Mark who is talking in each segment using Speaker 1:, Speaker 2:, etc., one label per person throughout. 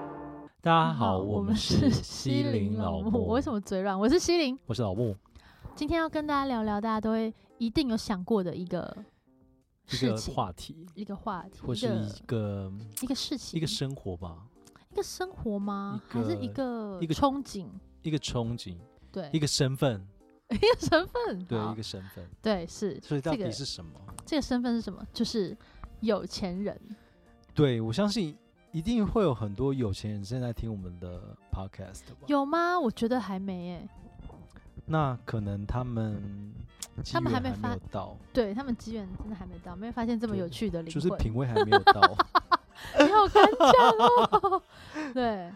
Speaker 1: 大
Speaker 2: 大
Speaker 1: 家好，我们是西林老木。
Speaker 2: 我为什
Speaker 1: 么？
Speaker 2: 么嘴软？我是西林。
Speaker 1: 我是老木。
Speaker 2: 今天要跟大家聊聊大家都会一定有想过的一个
Speaker 1: 一
Speaker 2: 事
Speaker 1: 个
Speaker 2: 情、
Speaker 1: 话题，
Speaker 2: 一个话题，
Speaker 1: 或是
Speaker 2: 一
Speaker 1: 一
Speaker 2: 个
Speaker 1: 个
Speaker 2: 一个事情，
Speaker 1: 一个生活吧，
Speaker 2: 一个生活吗？
Speaker 1: 一个
Speaker 2: 还是一个
Speaker 1: 一个
Speaker 2: 憧憬？
Speaker 1: 一个憧憬，
Speaker 2: 对，
Speaker 1: 一个身份，
Speaker 2: 一个身份，
Speaker 1: 对，
Speaker 2: 好
Speaker 1: 一个身份。
Speaker 2: 对是
Speaker 1: 所以到
Speaker 2: 这个
Speaker 1: 底是什么？
Speaker 2: 这个身份是什么？就是有钱人。
Speaker 1: 对我相信一定会有很多有钱人正在听我们的 podcast 吧。
Speaker 2: 有吗？我觉得还没诶、
Speaker 1: 那可能他们机
Speaker 2: 他们
Speaker 1: 缘
Speaker 2: 还
Speaker 1: 还
Speaker 2: 没
Speaker 1: 没
Speaker 2: 发
Speaker 1: 有到，
Speaker 2: 对他们机缘真的还没到，没有发现这么
Speaker 1: 对
Speaker 2: 有趣的灵
Speaker 1: 就
Speaker 2: 魂，
Speaker 1: 是品味还没有到。
Speaker 2: 你 好敢讲哦！ 对，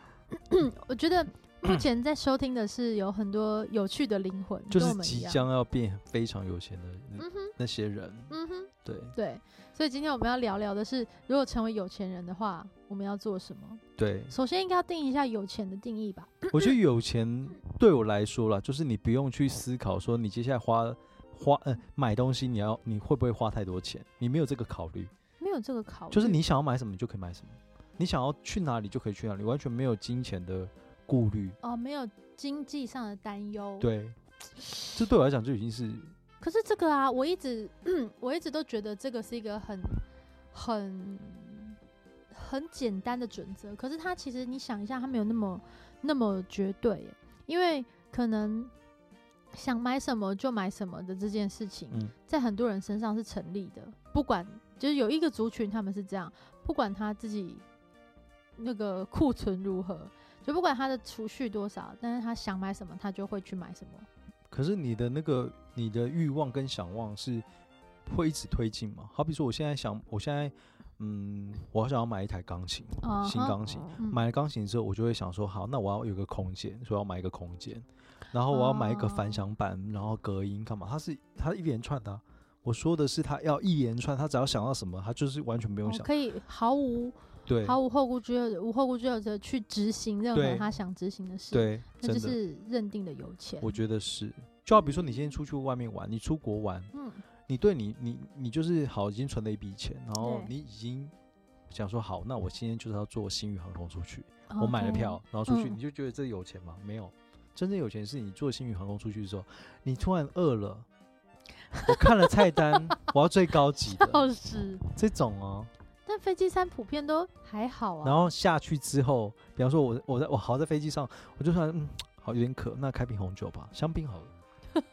Speaker 2: 我觉得目前在收听的是有很多有趣的灵魂，
Speaker 1: 就
Speaker 2: 跟
Speaker 1: 是
Speaker 2: 我们一
Speaker 1: 即
Speaker 2: 样。
Speaker 1: 将要变非常有钱的那
Speaker 2: 嗯哼，
Speaker 1: 那些人，
Speaker 2: 嗯哼，
Speaker 1: 对
Speaker 2: 对。所以今天我们要聊聊的是，如果成为有钱人的话，我们要做什么？
Speaker 1: 对，
Speaker 2: 首先应该要定一下有钱的定义吧。
Speaker 1: 我觉得有钱对我来说啦，就是你不用去思考说你接下来花花呃买东西，你要你会不会花太多钱，你没有这个考虑，
Speaker 2: 没有这个考虑，
Speaker 1: 就是你想要买什么你就可以买什么，你想要去哪里就可以去哪里，完全没有金钱的顾虑。
Speaker 2: 哦，没有经济上的担忧。。
Speaker 1: 对，这对我来讲就已经是
Speaker 2: 可是这个啊，我一直 我一直都觉得这个是一个很很很简单的准则。可是它其实你想一下，它没有那么那么绝对耶，因为可能想买什么就买什么的这件事情，
Speaker 1: 嗯
Speaker 2: 在很多人身上是成立的。不管就是有一个族群，他们是这样，不管他自己那个库存如何，就不管他的储蓄多少，但是他想买什么，他就会去买什么。
Speaker 1: 可是你的那个你的欲望跟想望是会一直推进嘛？好比说，我现在想，我现在嗯，我想要买一台钢琴，
Speaker 2: 啊
Speaker 1: 新
Speaker 2: 哈
Speaker 1: 钢琴。
Speaker 2: 嗯
Speaker 1: 买了钢琴之后，我就会想说，好，那我要有个空间，所以我要买一个空间，然后我要买一个
Speaker 2: 哦
Speaker 1: 反响板，然后隔音干嘛？它是它一连串的啊、我说的是他要一连串，他只要想到什么，他就是完全不用
Speaker 2: 哦
Speaker 1: 想。
Speaker 2: 可以毫无
Speaker 1: 对
Speaker 2: 毫无后顾之忧的、无后顾之忧的去执行任何
Speaker 1: 对
Speaker 2: 他想执行的事，，
Speaker 1: 对，
Speaker 2: 那
Speaker 1: 真
Speaker 2: 就
Speaker 1: 的，
Speaker 2: 是嗯认定的有钱。
Speaker 1: 我觉得是。就好比说，你今天出去外面玩，你出国玩，
Speaker 2: 嗯，
Speaker 1: 你对你你你就是好，已经存了一笔钱，然后
Speaker 2: 对
Speaker 1: 你已经想说好，那我今天就是要坐星宇航空出去，我买了
Speaker 2: OK
Speaker 1: 票，，然后出去，
Speaker 2: 哦嗯
Speaker 1: 你就觉得这有钱吗？没有，真正有钱是你坐星宇航空出去之后，你突然饿了，我看了菜 单，我要最高级的
Speaker 2: 就是。
Speaker 1: 这种哦，
Speaker 2: 但飞机餐普遍都还好啊。
Speaker 1: 然后下去之后，比方说我我在我好在飞机上，我就突然嗯，好有点渴，那开瓶红酒吧，香槟好了，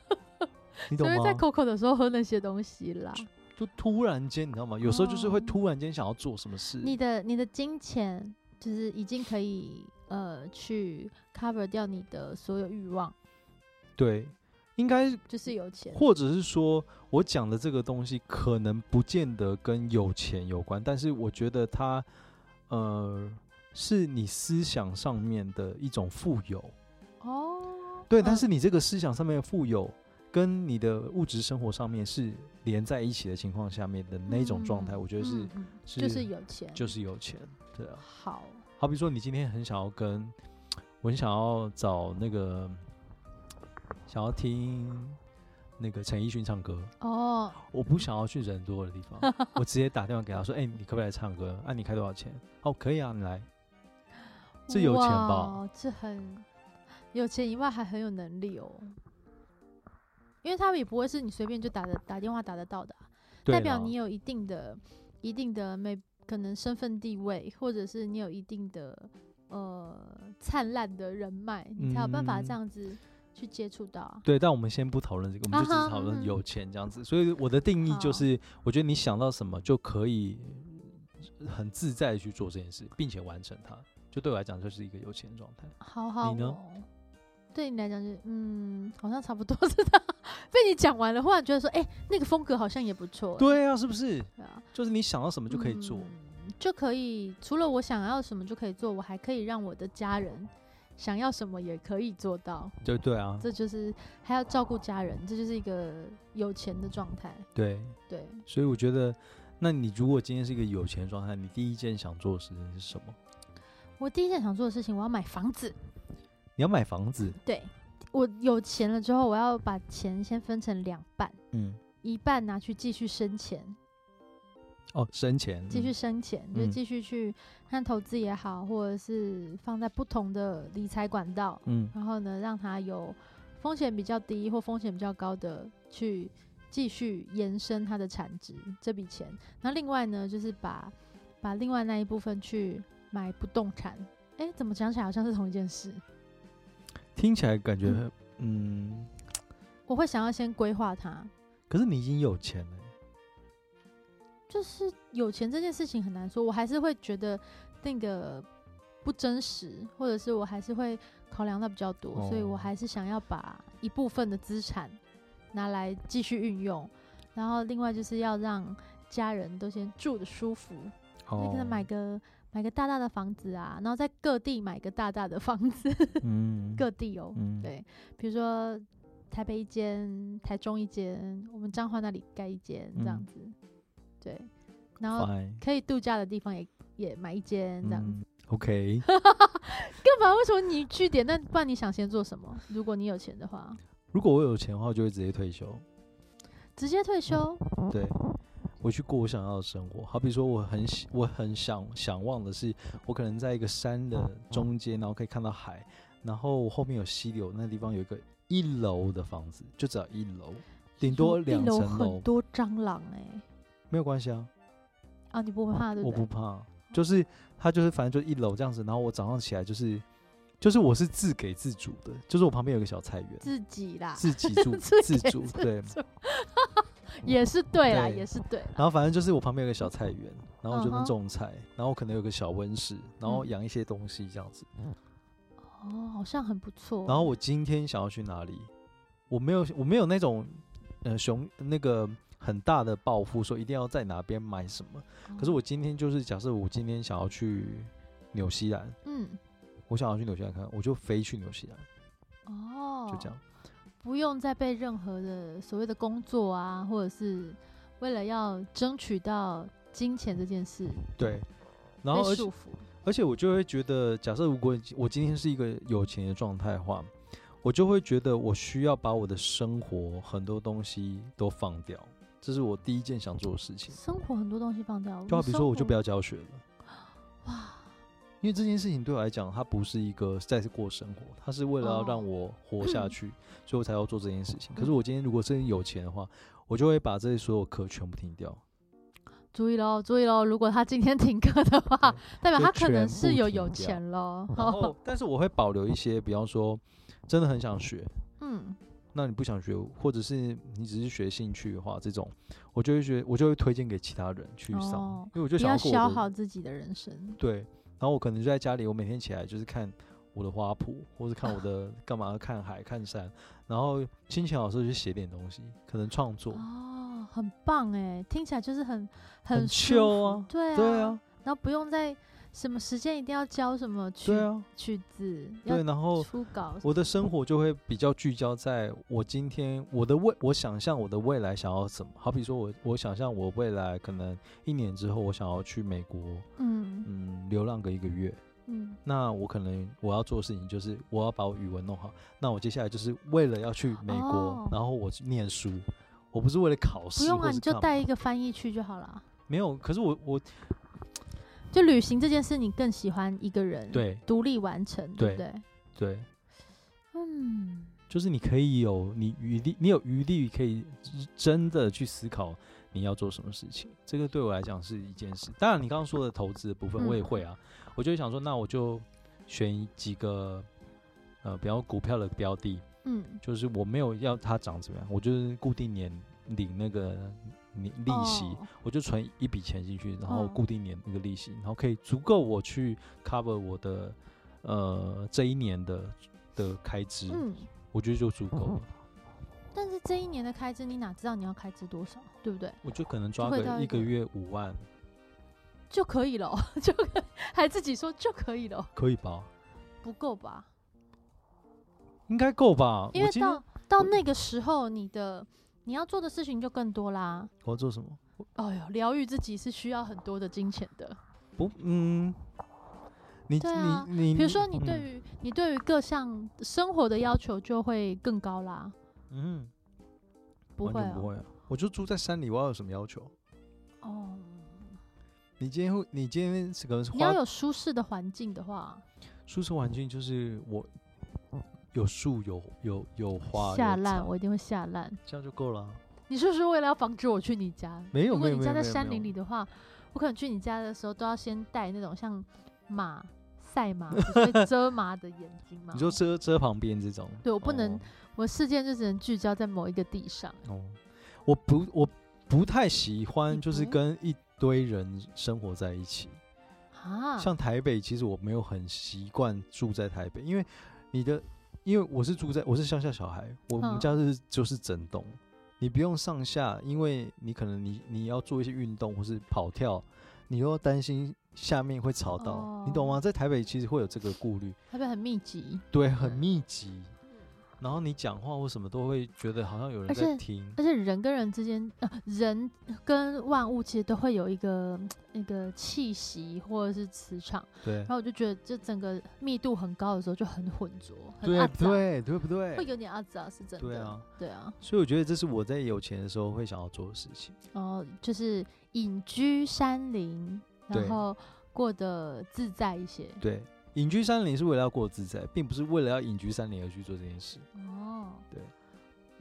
Speaker 1: 你懂
Speaker 2: 所以
Speaker 1: 吗
Speaker 2: 在？Coco 的时候喝那些东西啦。
Speaker 1: 就突然间，你知道吗？有时候就是会
Speaker 2: 哦
Speaker 1: 突然间想要做什么事，
Speaker 2: 你的你的金钱就是已经可以呃去 cover 掉你的所有欲望，
Speaker 1: 对，应该
Speaker 2: 就是有钱。
Speaker 1: 或者是说我讲的这个东西可能不见得跟有钱有关，但是我觉得它，呃，是你思想上面的一种富有，
Speaker 2: 哦，
Speaker 1: 对，
Speaker 2: 嗯
Speaker 1: 但是你这个思想上面的富有。跟你的物质生活上面是连在一起的情况下面的那种状态，
Speaker 2: 嗯
Speaker 1: 我觉得是、
Speaker 2: 嗯嗯
Speaker 1: 是
Speaker 2: 就是有钱，
Speaker 1: 就是有钱，对啊。
Speaker 2: 好，
Speaker 1: 好比说，你今天很想要跟，我很想要找那个，想要听那个陈奕迅唱歌，
Speaker 2: 哦，
Speaker 1: 我不想要去人多的地 方，我直接打电话给他说：“哎、你可不可以来唱歌？啊，你开多少钱？哦，可以啊，你来。这有钱吧
Speaker 2: 哇？这很有钱以外还很有能力哦，因为他们也不会是你随便就打的打电话打得到的啊、
Speaker 1: 对啦”
Speaker 2: 代表你有一定的、一定的没可能身份地位，或者是你有一定的呃灿烂的人脉，你才有办法这
Speaker 1: 嗯
Speaker 2: 样子去接触到啊。
Speaker 1: 对，但我们先不讨论这个，我们就只
Speaker 2: 啊哈
Speaker 1: 是讨
Speaker 2: 嗯
Speaker 1: 论
Speaker 2: 哼
Speaker 1: 有钱这样子。所以我的定义
Speaker 2: 好
Speaker 1: 就是，我觉得你想到什么就可以很自在的去做这件事，并且完成它。就对我来讲，就是一个有钱的状态。
Speaker 2: 好好、哦，
Speaker 1: 你呢
Speaker 2: 对你来讲就是，嗯，好像差不多是这样。 被你讲完了，忽然觉得说，哎、那个风格好像也不错、欸。
Speaker 1: 对啊，是不是？
Speaker 2: 对啊，
Speaker 1: 就是你想到什么就可以做。
Speaker 2: 嗯就可以除了我想要什么就可以做，我还可以让我的家人想要什么也可以做到，
Speaker 1: 对对啊，
Speaker 2: 这就是还要照顾家人，这就是一个有钱的状态。
Speaker 1: 对。
Speaker 2: 对，
Speaker 1: 所以我觉得，那你如果今天是一个有钱的状态，你第一件想做的事情是什么？
Speaker 2: 我第一件想做的事情，我要买房子。
Speaker 1: 你要买房子。
Speaker 2: 对我有钱了之后，我要把钱先分成两半，
Speaker 1: 嗯，
Speaker 2: 一半拿去继续生钱，
Speaker 1: 哦，生钱
Speaker 2: 继续
Speaker 1: 嗯
Speaker 2: 生钱，
Speaker 1: 嗯
Speaker 2: 就继续去看投资也好，或者是放在不同的理财管道，
Speaker 1: 嗯
Speaker 2: 然后呢，让它有风险比较低或风险比较高的去继续延伸它的产值这笔钱。那另外呢，就是把把另外那一部分去买不动产。诶，怎么讲起来好像是同一件事？
Speaker 1: 听起来感觉
Speaker 2: 嗯
Speaker 1: 嗯，
Speaker 2: 我会想要先规划它，
Speaker 1: 可是你已经有钱了，
Speaker 2: 就是有钱这件事情很难说，我还是会觉得那个不真实，或者是我还是会考量到比较多，所以
Speaker 1: 哦
Speaker 2: 我还是想要把一部分的资产拿来继续运用，然后另外就是要让家人都先住的舒服，就是
Speaker 1: 哦
Speaker 2: 可能买个买个大大的房子啊，然后在各地买个大大的房子，
Speaker 1: 嗯
Speaker 2: 各地哦，
Speaker 1: 嗯
Speaker 2: 对，比如说台北一间，台中一间，我们彰化那里盖一间这样
Speaker 1: 嗯
Speaker 2: 子，对，然后
Speaker 1: fine
Speaker 2: 可以度假的地方也也买一间这样子。
Speaker 1: 嗯 OK，
Speaker 2: 干嘛？为什么你据点？那不然你想先做什么？如果你有钱的话，
Speaker 1: 如果我有钱的话，我就会直接退休。
Speaker 2: 直接退
Speaker 1: 哦
Speaker 2: 休。
Speaker 1: 对，我去过我想要的生活。好比说，我很喜，我很想想望的是，我可能在一个山的中间，然后可以看到海，然后后面有溪流，那地方有一个一楼的房子，就只要一楼，顶多
Speaker 2: 一
Speaker 1: 两
Speaker 2: 楼
Speaker 1: 层
Speaker 2: 很
Speaker 1: 楼，
Speaker 2: 多蟑螂哎、
Speaker 1: 没有关系啊，
Speaker 2: 啊，你不会怕对
Speaker 1: 我
Speaker 2: 不
Speaker 1: 不
Speaker 2: 对？
Speaker 1: 怕。就是它就是反正就一楼这样子，然后我早上起来就是，就是我是自给自足的，就是我旁边有个小菜园，
Speaker 2: 自己啦，
Speaker 1: 自己住
Speaker 2: 自
Speaker 1: 自
Speaker 2: 给
Speaker 1: 主
Speaker 2: 自
Speaker 1: 对。
Speaker 2: 足 也是对啦，
Speaker 1: 对
Speaker 2: 也是对啦。
Speaker 1: 然后反正就是我旁边有个小菜园，然后我就
Speaker 2: 嗯
Speaker 1: 能
Speaker 2: 哼
Speaker 1: 种菜，然后我可能有个小温室，然后
Speaker 2: 嗯
Speaker 1: 养一些东西这样子。
Speaker 2: 哦，好像很不错。
Speaker 1: 然后我今天想要去哪里，我没有我没有那种呃熊那个很大的抱负，说一定要在哪边买什
Speaker 2: 嗯
Speaker 1: 么。
Speaker 2: 哦
Speaker 1: 可是我今天就是假设我今天想要去纽西兰，
Speaker 2: 嗯，
Speaker 1: 我想要去纽西兰看看，我就飞去纽西兰，
Speaker 2: 哦，
Speaker 1: 就这样。
Speaker 2: 不用再被任何的所谓的工作啊，或者是为了要争取到金钱这件事
Speaker 1: 对，然后
Speaker 2: 被
Speaker 1: 而
Speaker 2: 束
Speaker 1: 且
Speaker 2: 缚。
Speaker 1: 而且我就会觉得，假设如果我今天是一个有钱的状态的话，我就会觉得我需要把我的生活很多东西都放掉，这是我第一件想做的事情。
Speaker 2: 生活很多东西放掉，
Speaker 1: 就好比说，我就不
Speaker 2: 要
Speaker 1: 要教学了。
Speaker 2: 哇，
Speaker 1: 因为这件事情对我来讲，它不是一个再次过生活，它是为了要
Speaker 2: 哦嗯
Speaker 1: 让我活下去，所以我才要做这件事情。可是我今天如果真的有钱的话，我就会把这些所有课全部停掉。
Speaker 2: 注意喽，注意喽！如果他今天停课的话，代表
Speaker 1: 就
Speaker 2: 他可能
Speaker 1: 全部
Speaker 2: 是有
Speaker 1: 停
Speaker 2: 有
Speaker 1: 掉
Speaker 2: 钱喽。
Speaker 1: 然后，但是我会保留一些，比方说，真的很想学，
Speaker 2: 嗯，
Speaker 1: 那你不想学，或者是你只是学兴趣的话，这种我就会学，我就会推荐给其他人去上，
Speaker 2: 哦
Speaker 1: 因为我就
Speaker 2: 不
Speaker 1: 想
Speaker 2: 要
Speaker 1: 过我
Speaker 2: 消
Speaker 1: 的
Speaker 2: 耗自己的人生。
Speaker 1: 对，然后我可能就在家里，我每天起来就是看我的花圃，或是看我 的干嘛，看海、看山，然后心情好的时候就写点东西，可能创作，
Speaker 2: 哦，很棒哎，听起来就是很
Speaker 1: 很
Speaker 2: 舒
Speaker 1: chill
Speaker 2: 服
Speaker 1: 啊
Speaker 2: 对啊，
Speaker 1: 对啊，
Speaker 2: 然后不用在什么时间一定要交什么曲
Speaker 1: 对啊，
Speaker 2: 曲子，
Speaker 1: 对，
Speaker 2: 要
Speaker 1: 然后
Speaker 2: 初稿什么
Speaker 1: 我的生活就会比较聚焦在我今天我的未，我想象我的未来想要什么，好比说我我想象我未来可能一年之后，我想要去美国，
Speaker 2: 嗯
Speaker 1: 嗯，流浪个一个月。
Speaker 2: 嗯，
Speaker 1: 那我可能我要做的事情就是我要把我语文弄好。那我接下来就是为了要去美国，
Speaker 2: 哦
Speaker 1: 然后我去念书，我不是为了考试
Speaker 2: 不用
Speaker 1: 或
Speaker 2: 啊，
Speaker 1: 是
Speaker 2: 你就
Speaker 1: 干嘛
Speaker 2: 带一个嗯翻译去就好了。
Speaker 1: 没有。可是我我
Speaker 2: 就旅行这件事，你更喜欢一个人
Speaker 1: 对
Speaker 2: 独立完成，对不
Speaker 1: 对
Speaker 2: 对？
Speaker 1: 对，
Speaker 2: 嗯，
Speaker 1: 就是你可以有你余力，你有余力可以真的去思考你要做什么事情。这个对我来讲是一件事。当然，你刚刚说的投资的部分
Speaker 2: 嗯
Speaker 1: 我也会啊，我就会想说，那我就选几个呃，比方股票的标的，
Speaker 2: 嗯，
Speaker 1: 就是我没有要它涨怎么样，我就是固定年领那个年利息，
Speaker 2: 哦
Speaker 1: 我就存一笔钱进去，然后
Speaker 2: 嗯
Speaker 1: 固定年那个利息，然后可以足够我去 cover 我的呃这一年的的开支，
Speaker 2: 嗯，
Speaker 1: 我觉得就足够了。
Speaker 2: 但是这一年的开支，你哪知道你要开支多少，对不对？
Speaker 1: 我就可能抓
Speaker 2: 就会到
Speaker 1: 个
Speaker 2: 一
Speaker 1: 一个
Speaker 2: 个
Speaker 1: 月五万，
Speaker 2: 就可以了，哦 就可还自己说就可以了，哦
Speaker 1: 可以吧？
Speaker 2: 不够吧？
Speaker 1: 应该够吧？
Speaker 2: 因
Speaker 1: 我
Speaker 2: 为
Speaker 1: 今天
Speaker 2: 到到那个时候，你的你要做的事情就更多啦。
Speaker 1: 我要做什么？
Speaker 2: 哎呦，疗愈自己是需要很多的金钱的。
Speaker 1: 不，嗯，你、
Speaker 2: 对啊
Speaker 1: 你你，
Speaker 2: 比如说，你对
Speaker 1: 嗯
Speaker 2: 于、你对于各项生活的要求就会更高啦。
Speaker 1: 嗯
Speaker 2: 不
Speaker 1: 完
Speaker 2: 会、
Speaker 1: 全啊
Speaker 2: 哦，
Speaker 1: 不会啊，我就住在山里，我要有什么要求？
Speaker 2: 哦，
Speaker 1: 你今天会，你今天是可能是
Speaker 2: 你要
Speaker 1: 花
Speaker 2: 有舒适的环境的话，
Speaker 1: 舒适环境，就是我有树有有有花有
Speaker 2: 下烂
Speaker 1: 草
Speaker 2: 我一哦定会下烂。
Speaker 1: 这样就够了啊。
Speaker 2: 你是不是为了要防止我去你家？
Speaker 1: 没有
Speaker 2: 如果
Speaker 1: 没有
Speaker 2: 你
Speaker 1: 没
Speaker 2: 家
Speaker 1: 有
Speaker 2: 在
Speaker 1: 没有
Speaker 2: 山
Speaker 1: 没
Speaker 2: 林
Speaker 1: 有
Speaker 2: 里的话，我可能去你家的时候都要先戴那种像马赛 马，就是会遮马的眼睛嘛。
Speaker 1: 你说遮遮旁边这种，
Speaker 2: 对我不能
Speaker 1: 哦
Speaker 2: 我视线就只能聚焦在某一个地上。
Speaker 1: 哦，我不我不太喜欢，
Speaker 2: 你
Speaker 1: 就是
Speaker 2: 不
Speaker 1: 跟一堆人生活在一起。
Speaker 2: 啊，
Speaker 1: 像台北，其实我没有很习惯住在台北，因为你的，因为我是住在我是乡下小孩，我
Speaker 2: 嗯
Speaker 1: 们家是就是整栋，你不用上下，因为你可能你你要做一些运动或是跑跳，你又要担心下面会吵到，你懂
Speaker 2: 哦
Speaker 1: 吗？在台北其实会有这个顾虑，
Speaker 2: 台北很密集，
Speaker 1: 对，很
Speaker 2: 嗯
Speaker 1: 密集，然后你讲话或什么都会觉得好像有人
Speaker 2: 而
Speaker 1: 在
Speaker 2: 且
Speaker 1: 听，
Speaker 2: 而且人跟人之间，呃，人跟万物其实都会有一个那个气息或者是磁场，
Speaker 1: 对
Speaker 2: 然后我就觉得这整个密度很高的时候就很浑浊，很
Speaker 1: 对
Speaker 2: 阿杂，
Speaker 1: 对对不
Speaker 2: 会
Speaker 1: 对？
Speaker 2: 有点阿杂是真的。
Speaker 1: 对啊，
Speaker 2: 对啊，
Speaker 1: 所以我觉得这是我在有钱的时候会想要做的事情。
Speaker 2: 然后就是隐居山林，
Speaker 1: 对
Speaker 2: 然后过得自在一些。
Speaker 1: 对，隐居山林是为了要过自在，并不是为了要隐居山林而去做这件事。
Speaker 2: 哦，
Speaker 1: 对，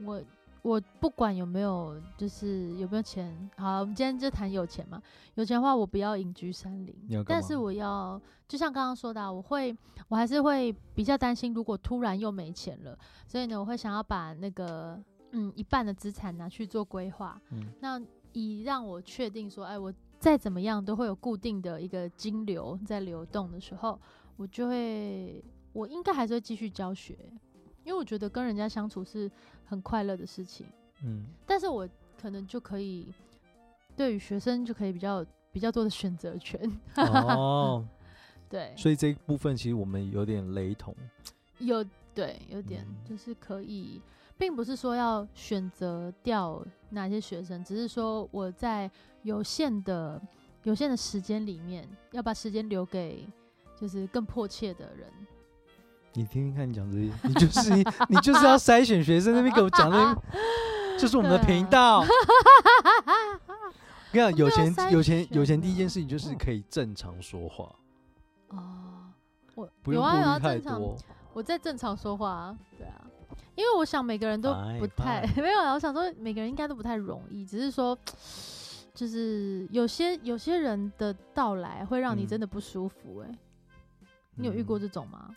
Speaker 2: 我我不管有没有，就是有没有钱，好，我们今天就谈有钱嘛。有钱的话，我不要隐居山
Speaker 1: 你要
Speaker 2: 林，
Speaker 1: 干
Speaker 2: 但
Speaker 1: 嘛
Speaker 2: 是我要，就像刚刚说的、啊，我会，我还是会比较担心，如果突然又没钱了，所以呢，我会想要把那个嗯一半的资产拿去做规划，
Speaker 1: 嗯，
Speaker 2: 那以让我确定说，哎，我再怎么样都会有固定的一个金流在流动的时候，我就会，我应该还是会继续教学，因为我觉得跟人家相处是很快乐的事情。
Speaker 1: 嗯，
Speaker 2: 但是我可能就可以对于学生就可以比较比较多的选择 权，
Speaker 1: 哦，
Speaker 2: 对，
Speaker 1: 所以这一部分其实我们有点雷同。
Speaker 2: 有对有点
Speaker 1: 嗯
Speaker 2: 就是可以，并不是说要选择掉哪些学生，只是说我在有限的有限的时间里面，要把时间留给就是更迫切的人。
Speaker 1: 你听听看，你讲这些，你就是你就是要筛选学生那边给我讲那，这是我们的
Speaker 2: 对啊
Speaker 1: 频 道。我跟你讲，有钱
Speaker 2: 我们都要
Speaker 1: 有钱
Speaker 2: 筛选
Speaker 1: 有钱，第一
Speaker 2: 啊
Speaker 1: 件事情就是可以正常说话，
Speaker 2: 哦，我
Speaker 1: 不
Speaker 2: 有
Speaker 1: 用
Speaker 2: 啊
Speaker 1: 顾
Speaker 2: 有
Speaker 1: 虑
Speaker 2: 啊，
Speaker 1: 太
Speaker 2: 正常，
Speaker 1: 多。
Speaker 2: 我在正常说话、啊，对啊，因为我想每个人都
Speaker 1: 哎
Speaker 2: 不太
Speaker 1: fine
Speaker 2: 没有啊，我想说每个人应该都不太容易，只是说。就是有些有些人的到来会让你
Speaker 1: 嗯
Speaker 2: 真的不舒服、哎、你有遇过
Speaker 1: 嗯
Speaker 2: 这种吗？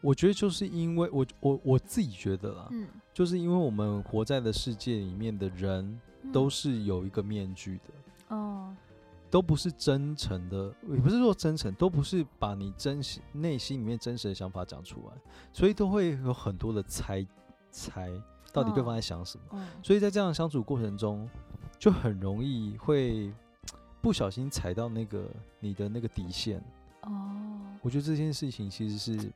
Speaker 1: 我觉得就是因为我我我自己觉得啦，
Speaker 2: 嗯，
Speaker 1: 就是因为我们活在的世界里面的人
Speaker 2: 嗯
Speaker 1: 都是有一个面具的。
Speaker 2: 哦，
Speaker 1: 都不是真诚的，也不是说真诚，都不是把你真心内心里面真实的想法讲出来，所以都会有很多的猜猜到底对方在想什么。
Speaker 2: 哦，
Speaker 1: 所以在这样的相处过程中，就很容易会不小心踩到那个你的那个底线。
Speaker 2: 哦，
Speaker 1: 我觉得这件事情其实是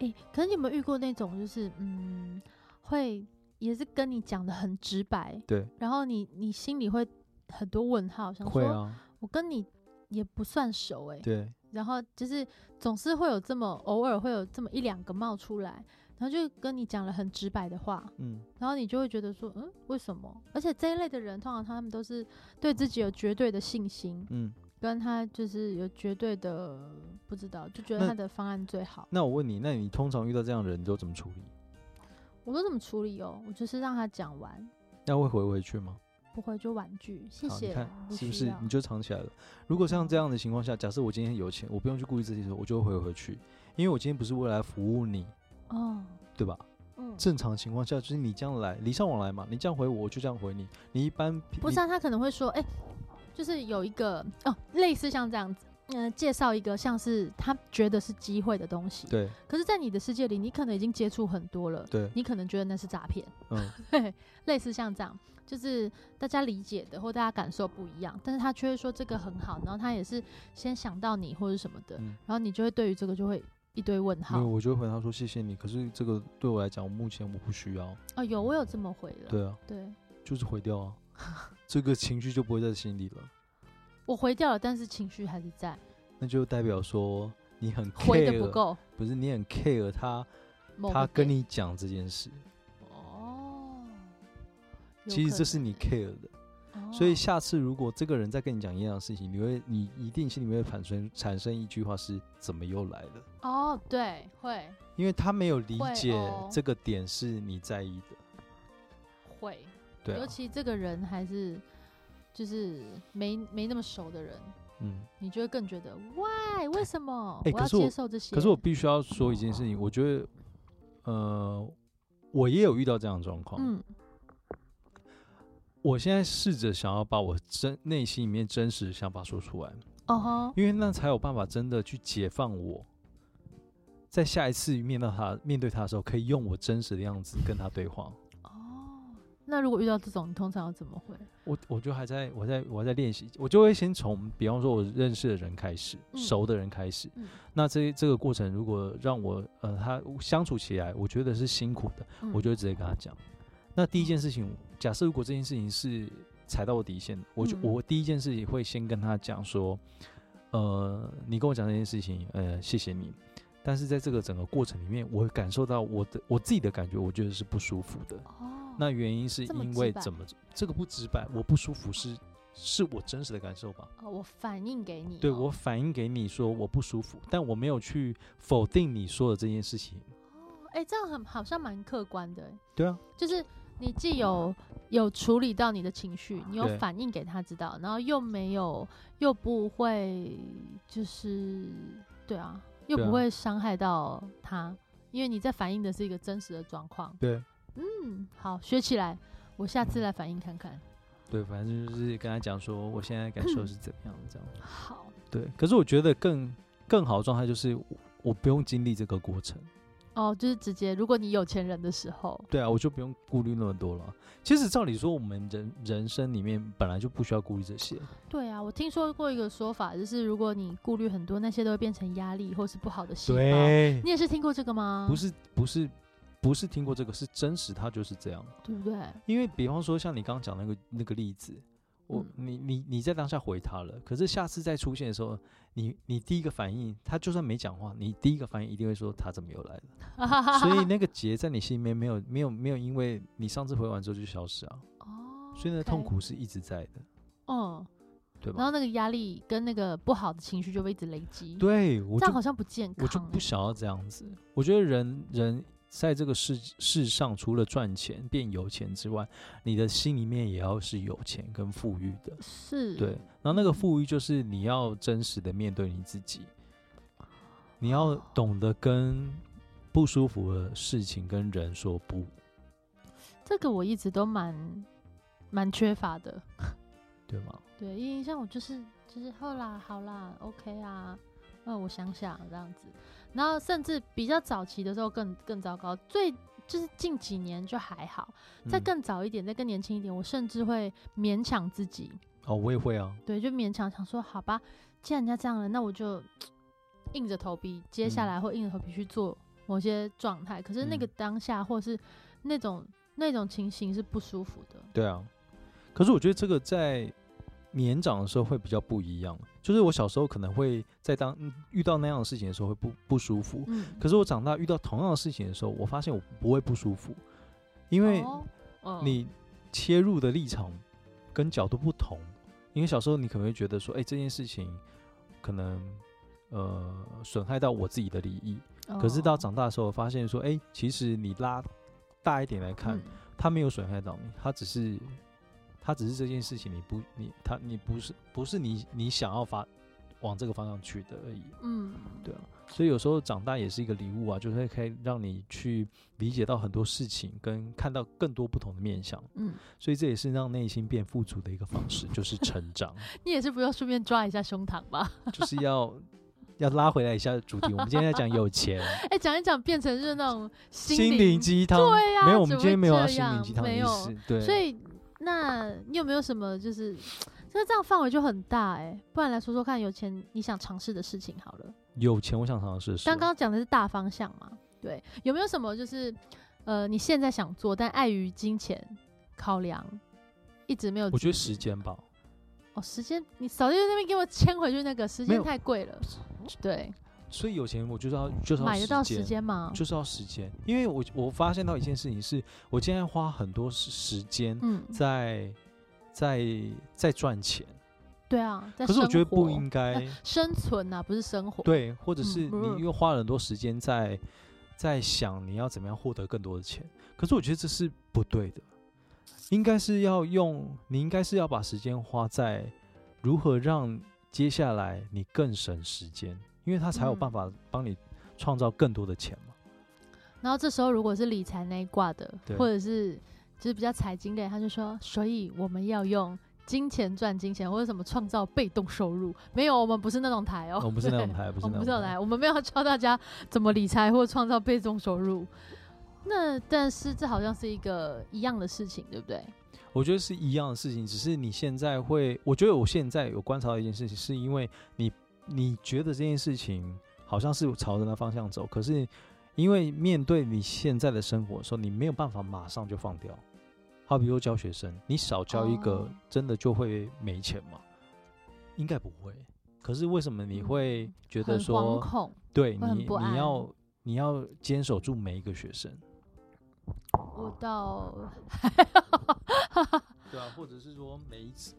Speaker 2: 哎、可是你有没有遇过那种，就是嗯，会也是跟你讲的很直白，
Speaker 1: 对，
Speaker 2: 然后你你心里会很多问号，想
Speaker 1: 会
Speaker 2: 说，
Speaker 1: 啊，
Speaker 2: 我跟你也不算熟哎、
Speaker 1: 对，
Speaker 2: 然后就是总是会有这么偶尔会有这么一两个冒出来，然后就跟你讲了很直白的话，
Speaker 1: 嗯，
Speaker 2: 然后你就会觉得说，嗯，为什么？而且这一类的人，通常他们都是对自己有绝对的信心，
Speaker 1: 嗯。
Speaker 2: 跟他就是有绝对的不知道，就觉得
Speaker 1: 那
Speaker 2: 他的方案最好。
Speaker 1: 那我问你，那你通常遇到这样的人，你都怎么处理？
Speaker 2: 我都怎么处理哦？我就是让他讲完，
Speaker 1: 那会回回去吗？
Speaker 2: 不会就婉拒，谢
Speaker 1: 好，你
Speaker 2: 谢
Speaker 1: 看
Speaker 2: 啦，
Speaker 1: 是不
Speaker 2: 需
Speaker 1: 是
Speaker 2: 要
Speaker 1: 你就藏起来了？如果像这样的情况下，假设我今天有钱，我不用去顾虑这些时候，我就会回回去，因为我今天不是为了来服务你，
Speaker 2: 哦，
Speaker 1: 对吧？
Speaker 2: 嗯，
Speaker 1: 正常情况下就是你这样来，礼尚往来嘛，你这样回我，我就这样回你。你一般
Speaker 2: 不是、啊、他可能会说，哎、就是有一个哦，类似像这样子，嗯、介绍一个像是他觉得是机会的东西
Speaker 1: 你，对
Speaker 2: 可是，在你的世界里，你可能已经接触很多了，
Speaker 1: 对，
Speaker 2: 你可能觉得那是诈骗，
Speaker 1: 嗯，
Speaker 2: 类似像这样，就是大家理解的或大家感受不一样，但是他却会说这个很好，然后他也是先想到你或者什么的，
Speaker 1: 嗯
Speaker 2: 然后你就会对于这个就会一堆问
Speaker 1: 没有，
Speaker 2: 号。
Speaker 1: 我就会回他说谢谢你，可是这个对我来讲，目前我不需要。
Speaker 2: 哦，有我有这么回了，
Speaker 1: 对啊，
Speaker 2: 对
Speaker 1: 就是回掉 啊，这个情绪就不会在心里了，
Speaker 2: 我回掉了，但是情绪还是在，
Speaker 1: 那就代表说你很 care，
Speaker 2: 回的不够。
Speaker 1: 不是你很 care 他，
Speaker 2: 某
Speaker 1: 他
Speaker 2: 个
Speaker 1: 跟
Speaker 2: 点
Speaker 1: 你讲这件事。
Speaker 2: 哦，有
Speaker 1: 其实
Speaker 2: 可
Speaker 1: 这是
Speaker 2: 能
Speaker 1: 你
Speaker 2: 欸
Speaker 1: care 的，所以
Speaker 2: 哦
Speaker 1: 下次如果这个人再跟你讲一样的事情，你会你一定心里面会产生产生一句话是怎么又来了？
Speaker 2: 哦，对，会
Speaker 1: 因为他没有理
Speaker 2: 会
Speaker 1: 解
Speaker 2: 哦
Speaker 1: 这个点是你在意的，
Speaker 2: 会，
Speaker 1: 对
Speaker 2: 尤
Speaker 1: 啊，
Speaker 2: 其这个人还是就是没没那么熟的人，
Speaker 1: 嗯。
Speaker 2: 你就会更觉得 why 为什么、
Speaker 1: 哎
Speaker 2: 我
Speaker 1: 可
Speaker 2: 要
Speaker 1: 是我
Speaker 2: 接受这些？
Speaker 1: 可是我必须要说一件事情，我觉得，呃，我也有遇到这样的状况。
Speaker 2: 嗯
Speaker 1: 我现在试着想要把我真内心里面真实的想法说出来，
Speaker 2: 哦吼，
Speaker 1: 因为那才有办法真的去解放我，在下一次面到他面对他的时候，可以用我真实的样子跟他对话。
Speaker 2: 哦，那如果遇到这种，你通常要怎么会？
Speaker 1: 我我就还在我在我还在练习，我就会先从比方说我认识的人开始，
Speaker 2: 嗯
Speaker 1: 熟的人开始。
Speaker 2: 嗯
Speaker 1: 那这这个过程如果让我呃他相处起来，我觉得是辛苦的，
Speaker 2: 嗯
Speaker 1: 我就会直接跟他讲。那第一件事情，假设如果这件事情是踩到我底线的，我就、
Speaker 2: 嗯
Speaker 1: 我第一件事情会先跟他讲说，呃，你跟我讲这件事情，呃，谢谢你。但是在这个整个过程里面，我感受到我的我自己的感觉，我觉得是不舒服的。
Speaker 2: 哦，
Speaker 1: 那原因是
Speaker 2: 这么
Speaker 1: 因
Speaker 2: 直
Speaker 1: 为
Speaker 2: 白
Speaker 1: 怎么这个不直白，我不舒服是是我真实的感受吧？
Speaker 2: 哦，我反应给你哦、
Speaker 1: 对我反映给你说我不舒服，但我没有去否定你说的这件事情。
Speaker 2: 哦，哎、这样很好像蛮客观的、欸，
Speaker 1: 对啊，
Speaker 2: 就是你既有有处理到你的情绪，你有
Speaker 1: 对
Speaker 2: 反应给他知道，然后又没有又不会就是对啊，又
Speaker 1: 对啊
Speaker 2: 不会伤害到他，因为你在反映的是一个真实的状况。
Speaker 1: 对
Speaker 2: 嗯，好，学起来，我下次来反应看看。
Speaker 1: 对，反正就是跟他讲说我现在感受是怎么样这样。
Speaker 2: 好，
Speaker 1: 对，可是我觉得更更好的状态就是我我不用经历这个过程。
Speaker 2: 哦，就是直接，如果你有钱人的时候，
Speaker 1: 对啊，我就不用顾虑那么多了。啊其实照理说，我们人人生里面本来就不需要顾虑这些。
Speaker 2: 对啊，我听说过一个说法，就是如果你顾虑很多，那些都会变成压力或是不好的细胞。
Speaker 1: 对，
Speaker 2: 你也是听过这个吗？
Speaker 1: 不，是不是不是听过这个，是真实，它就是这样。
Speaker 2: 对不对？
Speaker 1: 因为比方说像你刚刚讲那个那个例子，我、
Speaker 2: 嗯
Speaker 1: 你你你在当下回他了，可是下次再出现的时候，你你第一个反应，他就算没讲话，你第一个反应一定会说他怎么又来 了，所以那个结在你心里面没有没有没有，因为你上次回完之后就消失啊，
Speaker 2: 哦，
Speaker 1: 所以那个
Speaker 2: OK
Speaker 1: 痛，苦是一直在的，
Speaker 2: 嗯，
Speaker 1: 对
Speaker 2: 然后
Speaker 1: 吧？
Speaker 2: 那个压力跟那个不好的情绪就会一直累积，，
Speaker 1: 对，我就
Speaker 2: 这样好像不健康欸、
Speaker 1: 我就不想要这样子。我觉得人人在这个世世上，除了赚钱变有钱之外，你的心里面也要是有钱跟富裕的。
Speaker 2: 是，
Speaker 1: 对，然后那个富裕就是你要真实的面对你自己，你要
Speaker 2: 哦
Speaker 1: 懂得跟不舒服的事情跟人说不。
Speaker 2: 这个我一直都蛮蛮缺乏的，
Speaker 1: 对吗？
Speaker 2: 对，因为像我就是就是后啦，好啦，OK 啊，那我想想这样子，然后甚至比较早期的时候更更糟糕，最就是近几年就还好，再
Speaker 1: 嗯
Speaker 2: 更早一点，再更年轻一点，我甚至会勉强自己，
Speaker 1: 哦，我也会啊，
Speaker 2: 对，就勉强想说，好吧，既然人家这样了，那我就硬着头皮，接下
Speaker 1: 嗯
Speaker 2: 来会硬着头皮去做某些状态。可是那
Speaker 1: 嗯
Speaker 2: 个当下，或是那种那种情形是不舒服的。
Speaker 1: 对啊。可是我觉得这个在年长的时候会比较不一样，就是我小时候可能会在当嗯遇到那样的事情的时候会不不舒服，
Speaker 2: 嗯，
Speaker 1: 可是我长大遇到同样的事情的时候，我发现我不会不舒服，因为
Speaker 2: 哦哦
Speaker 1: 你切入的立场跟角度不同，因为小时候你可能会觉得说，哎、这件事情可能呃损害到我自己的利益，可是到
Speaker 2: 哦
Speaker 1: 长大的时候发现说，哎、其实你拉大一点来看，
Speaker 2: 嗯
Speaker 1: 它没有损害到你，它只是它只是这件事情你不你它你不是不是你你想要发往这个方向去的而已，
Speaker 2: 嗯，
Speaker 1: 对啊。所以有时候长大也是一个礼物啊，就是可以让你去理解到很多事情，跟看到更多不同的面向。
Speaker 2: 嗯，
Speaker 1: 所以这也是让内心变富足的一个方式， 就是成长，
Speaker 2: 你也是不用顺便抓一下胸膛吧？
Speaker 1: 就是要要拉回来一下主题。我们今天在讲有 钱
Speaker 2: 哎、讲一讲变成是那种
Speaker 1: 心灵
Speaker 2: 灵
Speaker 1: 鸡汤，
Speaker 2: 对啊
Speaker 1: 没有，我们
Speaker 2: 怎
Speaker 1: 今
Speaker 2: 么
Speaker 1: 天
Speaker 2: 会
Speaker 1: 没有
Speaker 2: 这
Speaker 1: 要心灵
Speaker 2: 样
Speaker 1: 鸡汤的
Speaker 2: 没
Speaker 1: 意
Speaker 2: 有
Speaker 1: 思，对，
Speaker 2: 所以，那你有没有什么就是这这样范围就很大哎、不然来说说看，有钱你想尝试的事情好了。
Speaker 1: 有钱我想尝试是
Speaker 2: 刚刚讲的是大方向嘛，对，有没有什么就是呃你现在想做，但碍于金钱考量，一直没有
Speaker 1: 我
Speaker 2: 执
Speaker 1: 觉得
Speaker 2: 行
Speaker 1: 时间吧，
Speaker 2: 哦时间，你扫地那边给我牵回去那个时
Speaker 1: 没
Speaker 2: 间
Speaker 1: 有
Speaker 2: 太贵了， 对，
Speaker 1: 所以有钱我就是要就是要
Speaker 2: 买得到
Speaker 1: 时
Speaker 2: 时
Speaker 1: 间。
Speaker 2: 间吗？
Speaker 1: 就是要时间，因为我我发现到一件事情是，我今天花很多时时间
Speaker 2: 嗯，
Speaker 1: 在在在赚钱，
Speaker 2: 对啊，在
Speaker 1: 可是我
Speaker 2: 生
Speaker 1: 觉得不
Speaker 2: 活
Speaker 1: 应该，
Speaker 2: 生存呐、不是生活。
Speaker 1: 对，或者
Speaker 2: 嗯
Speaker 1: 是
Speaker 2: 不是
Speaker 1: 你又花了很多时间在在想你要怎么样获得更多的钱，可是我觉得这是不对的，应该是要用，你应该是要把时间花在如何让接下来你更省时间，因为他才有办
Speaker 2: 嗯
Speaker 1: 法帮你创造更多的钱嘛。
Speaker 2: 然后这时候如果是理财那一挂的
Speaker 1: 对，
Speaker 2: 或者是就是比较财经类，他就说，所以我们要用金钱赚金钱，或者什么创造被动收入。没有，我们不是那种台哦，
Speaker 1: 我们不是 那种
Speaker 2: 对
Speaker 1: 台不是
Speaker 2: 我们
Speaker 1: 那
Speaker 2: 不是
Speaker 1: 种
Speaker 2: 那种
Speaker 1: 台
Speaker 2: 台，我们没有教大家怎么理财或创造被动收入。那但是这好像是一个一样的事情，对不对？
Speaker 1: 我觉得是一样的事情，只是你现在会，我觉得我现在有观察到一件事情，是因为你你觉得这件事情好像是朝着那方向走，可是因为面对你现在的生活的时候，你没有办法马上就放掉。好比说教学生，你少教一个
Speaker 2: 哦，
Speaker 1: 真的就会没钱吗？应该不会。可是为什么你会觉得
Speaker 2: 嗯很惶
Speaker 1: 说，
Speaker 2: 恐，
Speaker 1: 对
Speaker 2: 会很
Speaker 1: 你
Speaker 2: 不
Speaker 1: 你
Speaker 2: 安
Speaker 1: 要你要坚守住每一个学生？
Speaker 2: 我到
Speaker 1: 对啊，或者是说每一次，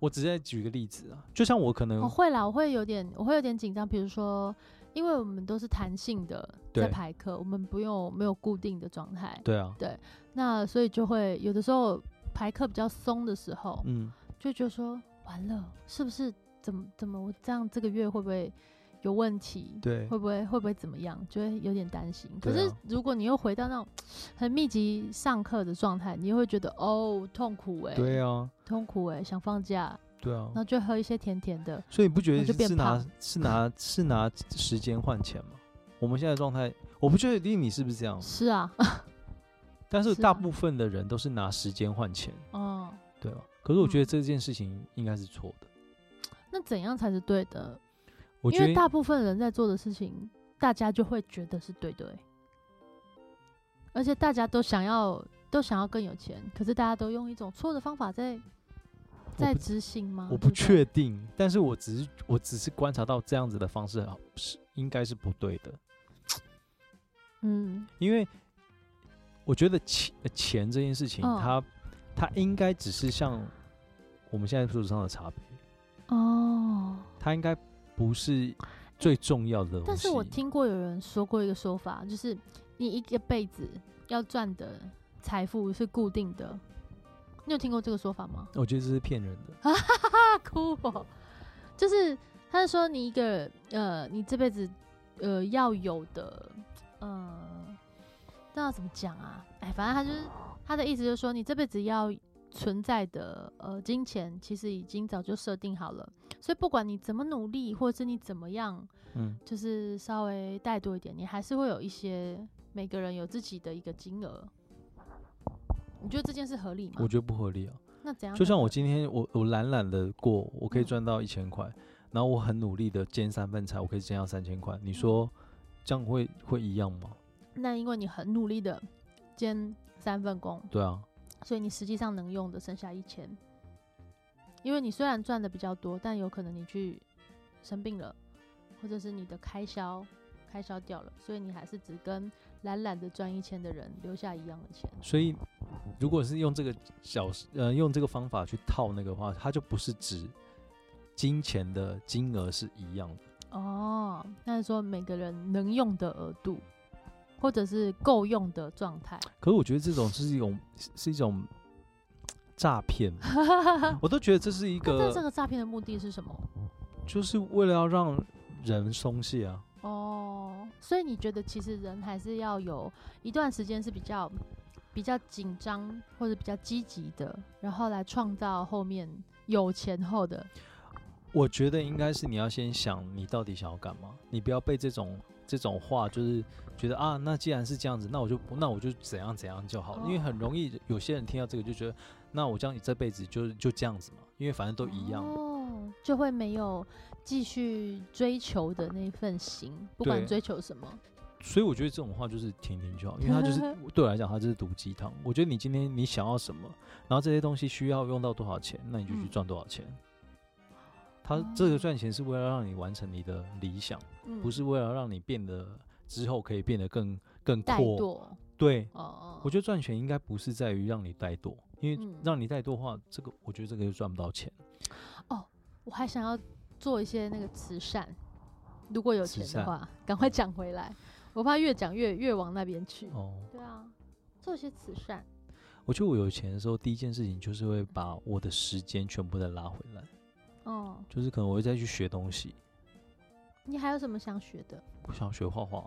Speaker 1: 我只是在举个例子啊，就像我可能
Speaker 2: 我、哦会啦，我会有点，我会有点紧张。比如说，因为我们都是弹性的在
Speaker 1: 对
Speaker 2: 排课，我们不用没有固定的状态，
Speaker 1: 对啊，
Speaker 2: 那所以就会有的时候排课比较松的时候，
Speaker 1: 嗯，
Speaker 2: 就觉得说完了，是不是怎么怎么我这样这个月会不会有问题？
Speaker 1: 对，
Speaker 2: 会不会会不会怎么样？就会有点担心。可
Speaker 1: 对
Speaker 2: 是
Speaker 1: 啊
Speaker 2: 如果你又回到那种很密集上课的状态，你又会觉得哦痛苦哎、
Speaker 1: 对啊，
Speaker 2: 痛苦哎、想放假，
Speaker 1: 对啊
Speaker 2: 然，后就喝一些甜甜的，
Speaker 1: 所以你不觉
Speaker 2: 我就
Speaker 1: 得
Speaker 2: 变
Speaker 1: 是拿
Speaker 2: 胖
Speaker 1: 是拿 是拿时间换钱吗？我们现在的状态，我不确定你是不是这样，
Speaker 2: 是啊，
Speaker 1: 但是
Speaker 2: 是
Speaker 1: 大
Speaker 2: 啊
Speaker 1: 部分的人都是拿时间换钱，
Speaker 2: 嗯。
Speaker 1: 对吧？可是我觉得
Speaker 2: 嗯
Speaker 1: 这件事情应该是错的，
Speaker 2: 那怎样才是对的？
Speaker 1: 我
Speaker 2: 因
Speaker 1: 觉
Speaker 2: 为
Speaker 1: 得
Speaker 2: 大部分人在做的事情，大家就会觉得是对的欸、而且大家都想要都想要更有钱，可是大家都用一种错的方法在在
Speaker 1: 不
Speaker 2: 执行吗？
Speaker 1: 我不
Speaker 2: 对对
Speaker 1: 确定，但是我只是我只是观察到这样子的方式好是应该是不对的，
Speaker 2: 嗯，
Speaker 1: 因为我觉得钱呃钱这件事情，
Speaker 2: 嗯
Speaker 1: 它它应该只是像我们现在桌子上的茶杯，
Speaker 2: 哦。
Speaker 1: 它应该不是最重要的东西。
Speaker 2: 但是我听过有人说过一个说法，就是你一个辈子要赚的财富是固定的。你有听过这个说法吗？
Speaker 1: 我觉得这是骗人的。
Speaker 2: 啊大 哭哦，就是他是说你一个呃，你这辈子呃要有的呃，那要怎么讲啊？哎，反正他就是他的意思就是说，你这辈子要存在的呃金钱，其实已经早就设定好了，所以不管你怎么努力，或者是你怎么样，
Speaker 1: 嗯，
Speaker 2: 就是稍微带多一点，你还是会有一些每个人有自己的一个金额。你觉得这件事合理吗
Speaker 1: 我？觉得不合理啊。
Speaker 2: 那怎样才合理？
Speaker 1: 就像我今天我我懒懒的过，我可以
Speaker 2: 嗯
Speaker 1: 赚到一千块，然后我很努力的煎三份菜，我可以煎到三千块。
Speaker 2: 嗯
Speaker 1: 你说这样会会一样吗？
Speaker 2: 那因为你很努力的兼三份工，
Speaker 1: 对啊，
Speaker 2: 所以你实际上能用的剩下一千。因为你虽然赚的比较多，但有可能你去生病了，或者是你的开销开销掉了，所以你还是只跟懒懒的赚一千的人留下一样的钱。
Speaker 1: 所以如果是用这个小呃用这个方法去套那个的话，它就不是指金钱的金额是一样的。
Speaker 2: 哦，那是说每个人能用的额度，或者是够用的状态。
Speaker 1: 可是我觉得这种是一种是是一种诈骗， 我都觉得这是一
Speaker 2: 那这
Speaker 1: 个
Speaker 2: 个诈骗的目的是什么？
Speaker 1: 就是为了要让人松懈啊。
Speaker 2: 哦，所以你觉得其实人还是要有一段时间是比较比较紧张或者比较积极的，然后来创造后面有钱后的
Speaker 1: 我觉得应该是你要先想你到底想要干嘛，你不要被这种这种话就是觉得啊，那既然是这样子，那我就那我就怎样怎样就好了，
Speaker 2: 哦
Speaker 1: 因为很容易有些人听到这个就觉得，那我这样这辈子就就这样子嘛，因为反正都一样。
Speaker 2: 哦，就会没有继续追求的那份心，不管
Speaker 1: 对
Speaker 2: 追求什么，
Speaker 1: 所以我觉得这种话就是听听就好，因为它 就是对我来讲，它就是毒鸡汤。我觉得你今天你想要什么，然后这些东西需要用到多少钱，那你就去
Speaker 2: 嗯
Speaker 1: 赚多少钱。他
Speaker 2: 哦
Speaker 1: 这个赚钱是为了让你完成你的理想，
Speaker 2: 嗯
Speaker 1: 不是为了让你变得之后可以变得更更
Speaker 2: 怠
Speaker 1: 阔。
Speaker 2: 惰
Speaker 1: 对，
Speaker 2: 哦。
Speaker 1: 我觉得赚钱应该不是在于让你怠惰，因因为
Speaker 2: 嗯
Speaker 1: 让你太多话，这个我觉得这个就赚不到钱。
Speaker 2: 我还想要做一些那个慈善，如果有
Speaker 1: 慈
Speaker 2: 钱
Speaker 1: 善嗯
Speaker 2: 的话，赶快讲回来，我怕越讲越越往那边去。
Speaker 1: 哦，
Speaker 2: 对啊，做一些慈善，
Speaker 1: 我觉得我有钱的时候，第一件事情就是会把我的时间全部再拉回来，
Speaker 2: 哦、
Speaker 1: 就是可能我会再去学东西，
Speaker 2: 你还有什么想学的？
Speaker 1: 我想学画画，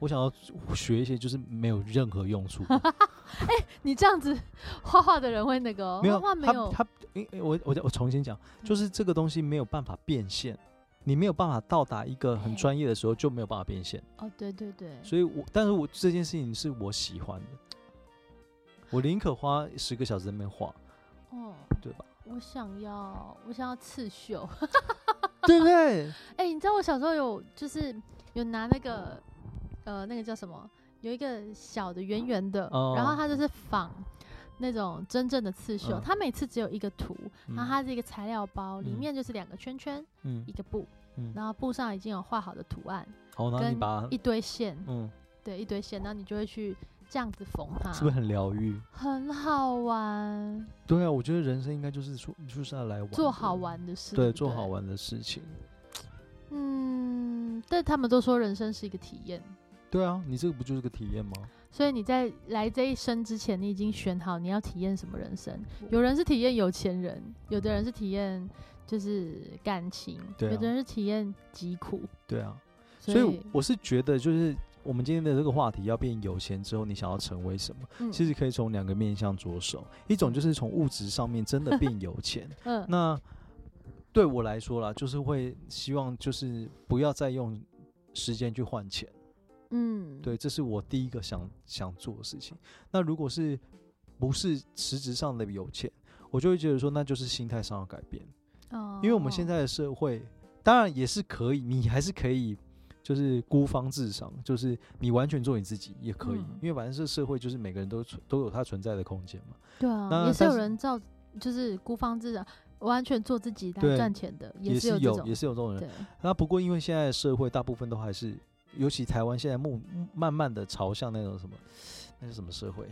Speaker 1: 我想要学一些就是没有任何用处的，
Speaker 2: 你这样子 画画的人会那个哦、
Speaker 1: 没有
Speaker 2: 画画没
Speaker 1: 他
Speaker 2: 有，嗯
Speaker 1: 他，诶诶我我再我重新讲，就是这个东西没有办法变现。你没有办法到达一个很
Speaker 2: 对
Speaker 1: 专业的时候，就没有办法变现。
Speaker 2: 哦，对对对，
Speaker 1: 所以我，但是我这件事情是我喜欢的，我宁可花十个小时在那边 画，
Speaker 2: 哦，
Speaker 1: 对吧？
Speaker 2: 我想要，我想要刺绣。
Speaker 1: 对不对？
Speaker 2: 哎、你知道我小时候有就是有拿那个呃那个叫什么，有一个小的圆圆的，
Speaker 1: 哦
Speaker 2: 然后它就是仿那种真正的刺绣，
Speaker 1: 嗯
Speaker 2: 它每次只有一个图，然后它是一个材料包，里
Speaker 1: 嗯
Speaker 2: 面就是两个圈圈，
Speaker 1: 嗯
Speaker 2: 一个布，
Speaker 1: 嗯，
Speaker 2: 然后布上已经有画好的图案，
Speaker 1: 好，然后你
Speaker 2: 跟
Speaker 1: 把它
Speaker 2: 一堆线，
Speaker 1: 嗯，
Speaker 2: 对，一堆线，然后你就会去这样子缝它，
Speaker 1: 是不是很疗愈？
Speaker 2: 很好玩？
Speaker 1: 对啊，我觉得人生应该就是说，就是要来玩，
Speaker 2: 做好，玩的事，
Speaker 1: 对，
Speaker 2: 不
Speaker 1: 做好。玩的事情。
Speaker 2: 嗯，但他们都说人生是一个体验。
Speaker 1: 对啊，你这个不就是个体验吗？
Speaker 2: 所以你在来这一生之前，你已经选好你要体验什么人生。有人是体验有钱人，有的人是体验就是感情，
Speaker 1: 对啊
Speaker 2: 有的人是体验疾苦。
Speaker 1: 对啊，
Speaker 2: 所
Speaker 1: 所以我是觉得，就是我们今天的这个话题要变有钱之后，你想要成为什么？
Speaker 2: 嗯
Speaker 1: 其实可以从两个面向着手，一种就是从物质上面真的变有钱，
Speaker 2: 嗯
Speaker 1: 那对我来说啦，就是会希望就是不要再用时间去换钱，
Speaker 2: 嗯，
Speaker 1: 对，这是我第一个想想做的事情。那如果是不是实质上的有钱，我就会觉得说那就是心态上的改变，
Speaker 2: 哦，
Speaker 1: 因为我们现在的社会当然也是可以，你还是可以。就是孤芳自赏，就是你完全做你自己也可以，
Speaker 2: 嗯
Speaker 1: 因为反正这社会就是每个人都存都有它存在的空间嘛。
Speaker 2: 对啊，
Speaker 1: 那
Speaker 2: 也是有
Speaker 1: 但是
Speaker 2: 人照就是孤芳自赏，完全做自己来
Speaker 1: 对
Speaker 2: 赚钱的，
Speaker 1: 也
Speaker 2: 是
Speaker 1: 是有，
Speaker 2: 这
Speaker 1: 也
Speaker 2: 种
Speaker 1: 是有这种人。
Speaker 2: 对，
Speaker 1: 那不过因为现在的社会大部分都还是，尤其台湾现在目慢慢的朝向那种什么，那是什么社会？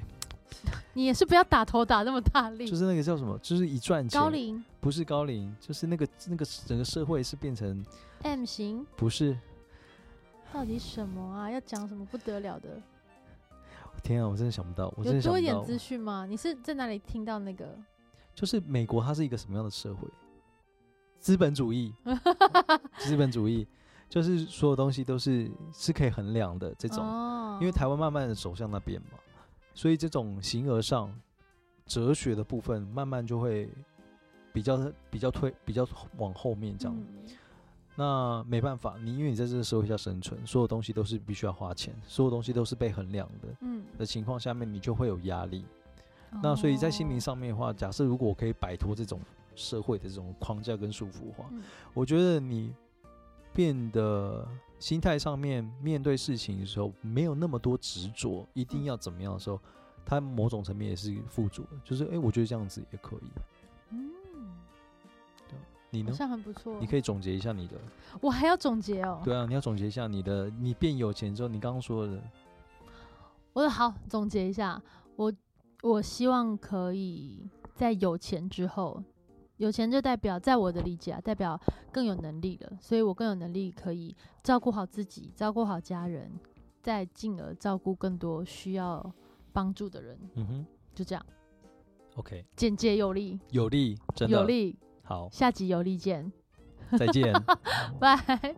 Speaker 2: 你也是不要打头打那么大力。
Speaker 1: 就是那个叫什么？就是一赚钱，
Speaker 2: 高龄
Speaker 1: 不是高龄，就是那个那个整个社会是变成
Speaker 2: M 型
Speaker 1: 不是？
Speaker 2: 到底什么啊？要讲什么不得了的？
Speaker 1: 天啊，我真的想不到，我真
Speaker 2: 有
Speaker 1: 的想
Speaker 2: 多一
Speaker 1: 不
Speaker 2: 点
Speaker 1: 到，
Speaker 2: 资讯吗？你是在哪里听到那个？
Speaker 1: 就是美国它是一个什么样的社会？资本主义，资本主义就是所有东西都是是可以衡量的这种。
Speaker 2: 哦
Speaker 1: 因为台湾慢慢的走向那边嘛，所以这种形而上哲学的部分，慢慢就会比较比较推比较往后面这样。
Speaker 2: 嗯
Speaker 1: 那没办法，你因为你在这个社会下生存，所有东西都是必须要花钱，所有东西都是被衡量的
Speaker 2: 嗯，
Speaker 1: 的情况下面，你就会有压力。那所以在心灵
Speaker 2: 哦，
Speaker 1: 上面的话，假设如果我可以摆脱这种社会的这种框架跟束缚的话，
Speaker 2: 嗯
Speaker 1: 我觉得你变得心态上面面对事情的时候，没有那么多执着，一定
Speaker 2: 嗯
Speaker 1: 要怎么样的时候，它某种层面也是富足的。就是诶，我觉得这样子也可以。
Speaker 2: 嗯，
Speaker 1: 你
Speaker 2: 好
Speaker 1: 呢？
Speaker 2: 像很不错。
Speaker 1: 你可以总结一下你的，
Speaker 2: 我还要总结哦。
Speaker 1: 对啊，你要总结一下你的，你变有钱之后，你刚刚说的，
Speaker 2: 我的好总结一下，我我希望可以在有钱之后，有钱就代表在我的理解啊，代表更有能力了，所以我更有能力可以照顾好自己，照顾好家人，再进而照顾更多需要帮助的人，
Speaker 1: 嗯哼
Speaker 2: 就这样
Speaker 1: ，OK，
Speaker 2: 简洁有力，
Speaker 1: 有力，真的
Speaker 2: 有力，
Speaker 1: 好，
Speaker 2: 下集有力见，
Speaker 1: 再见。
Speaker 2: 拜。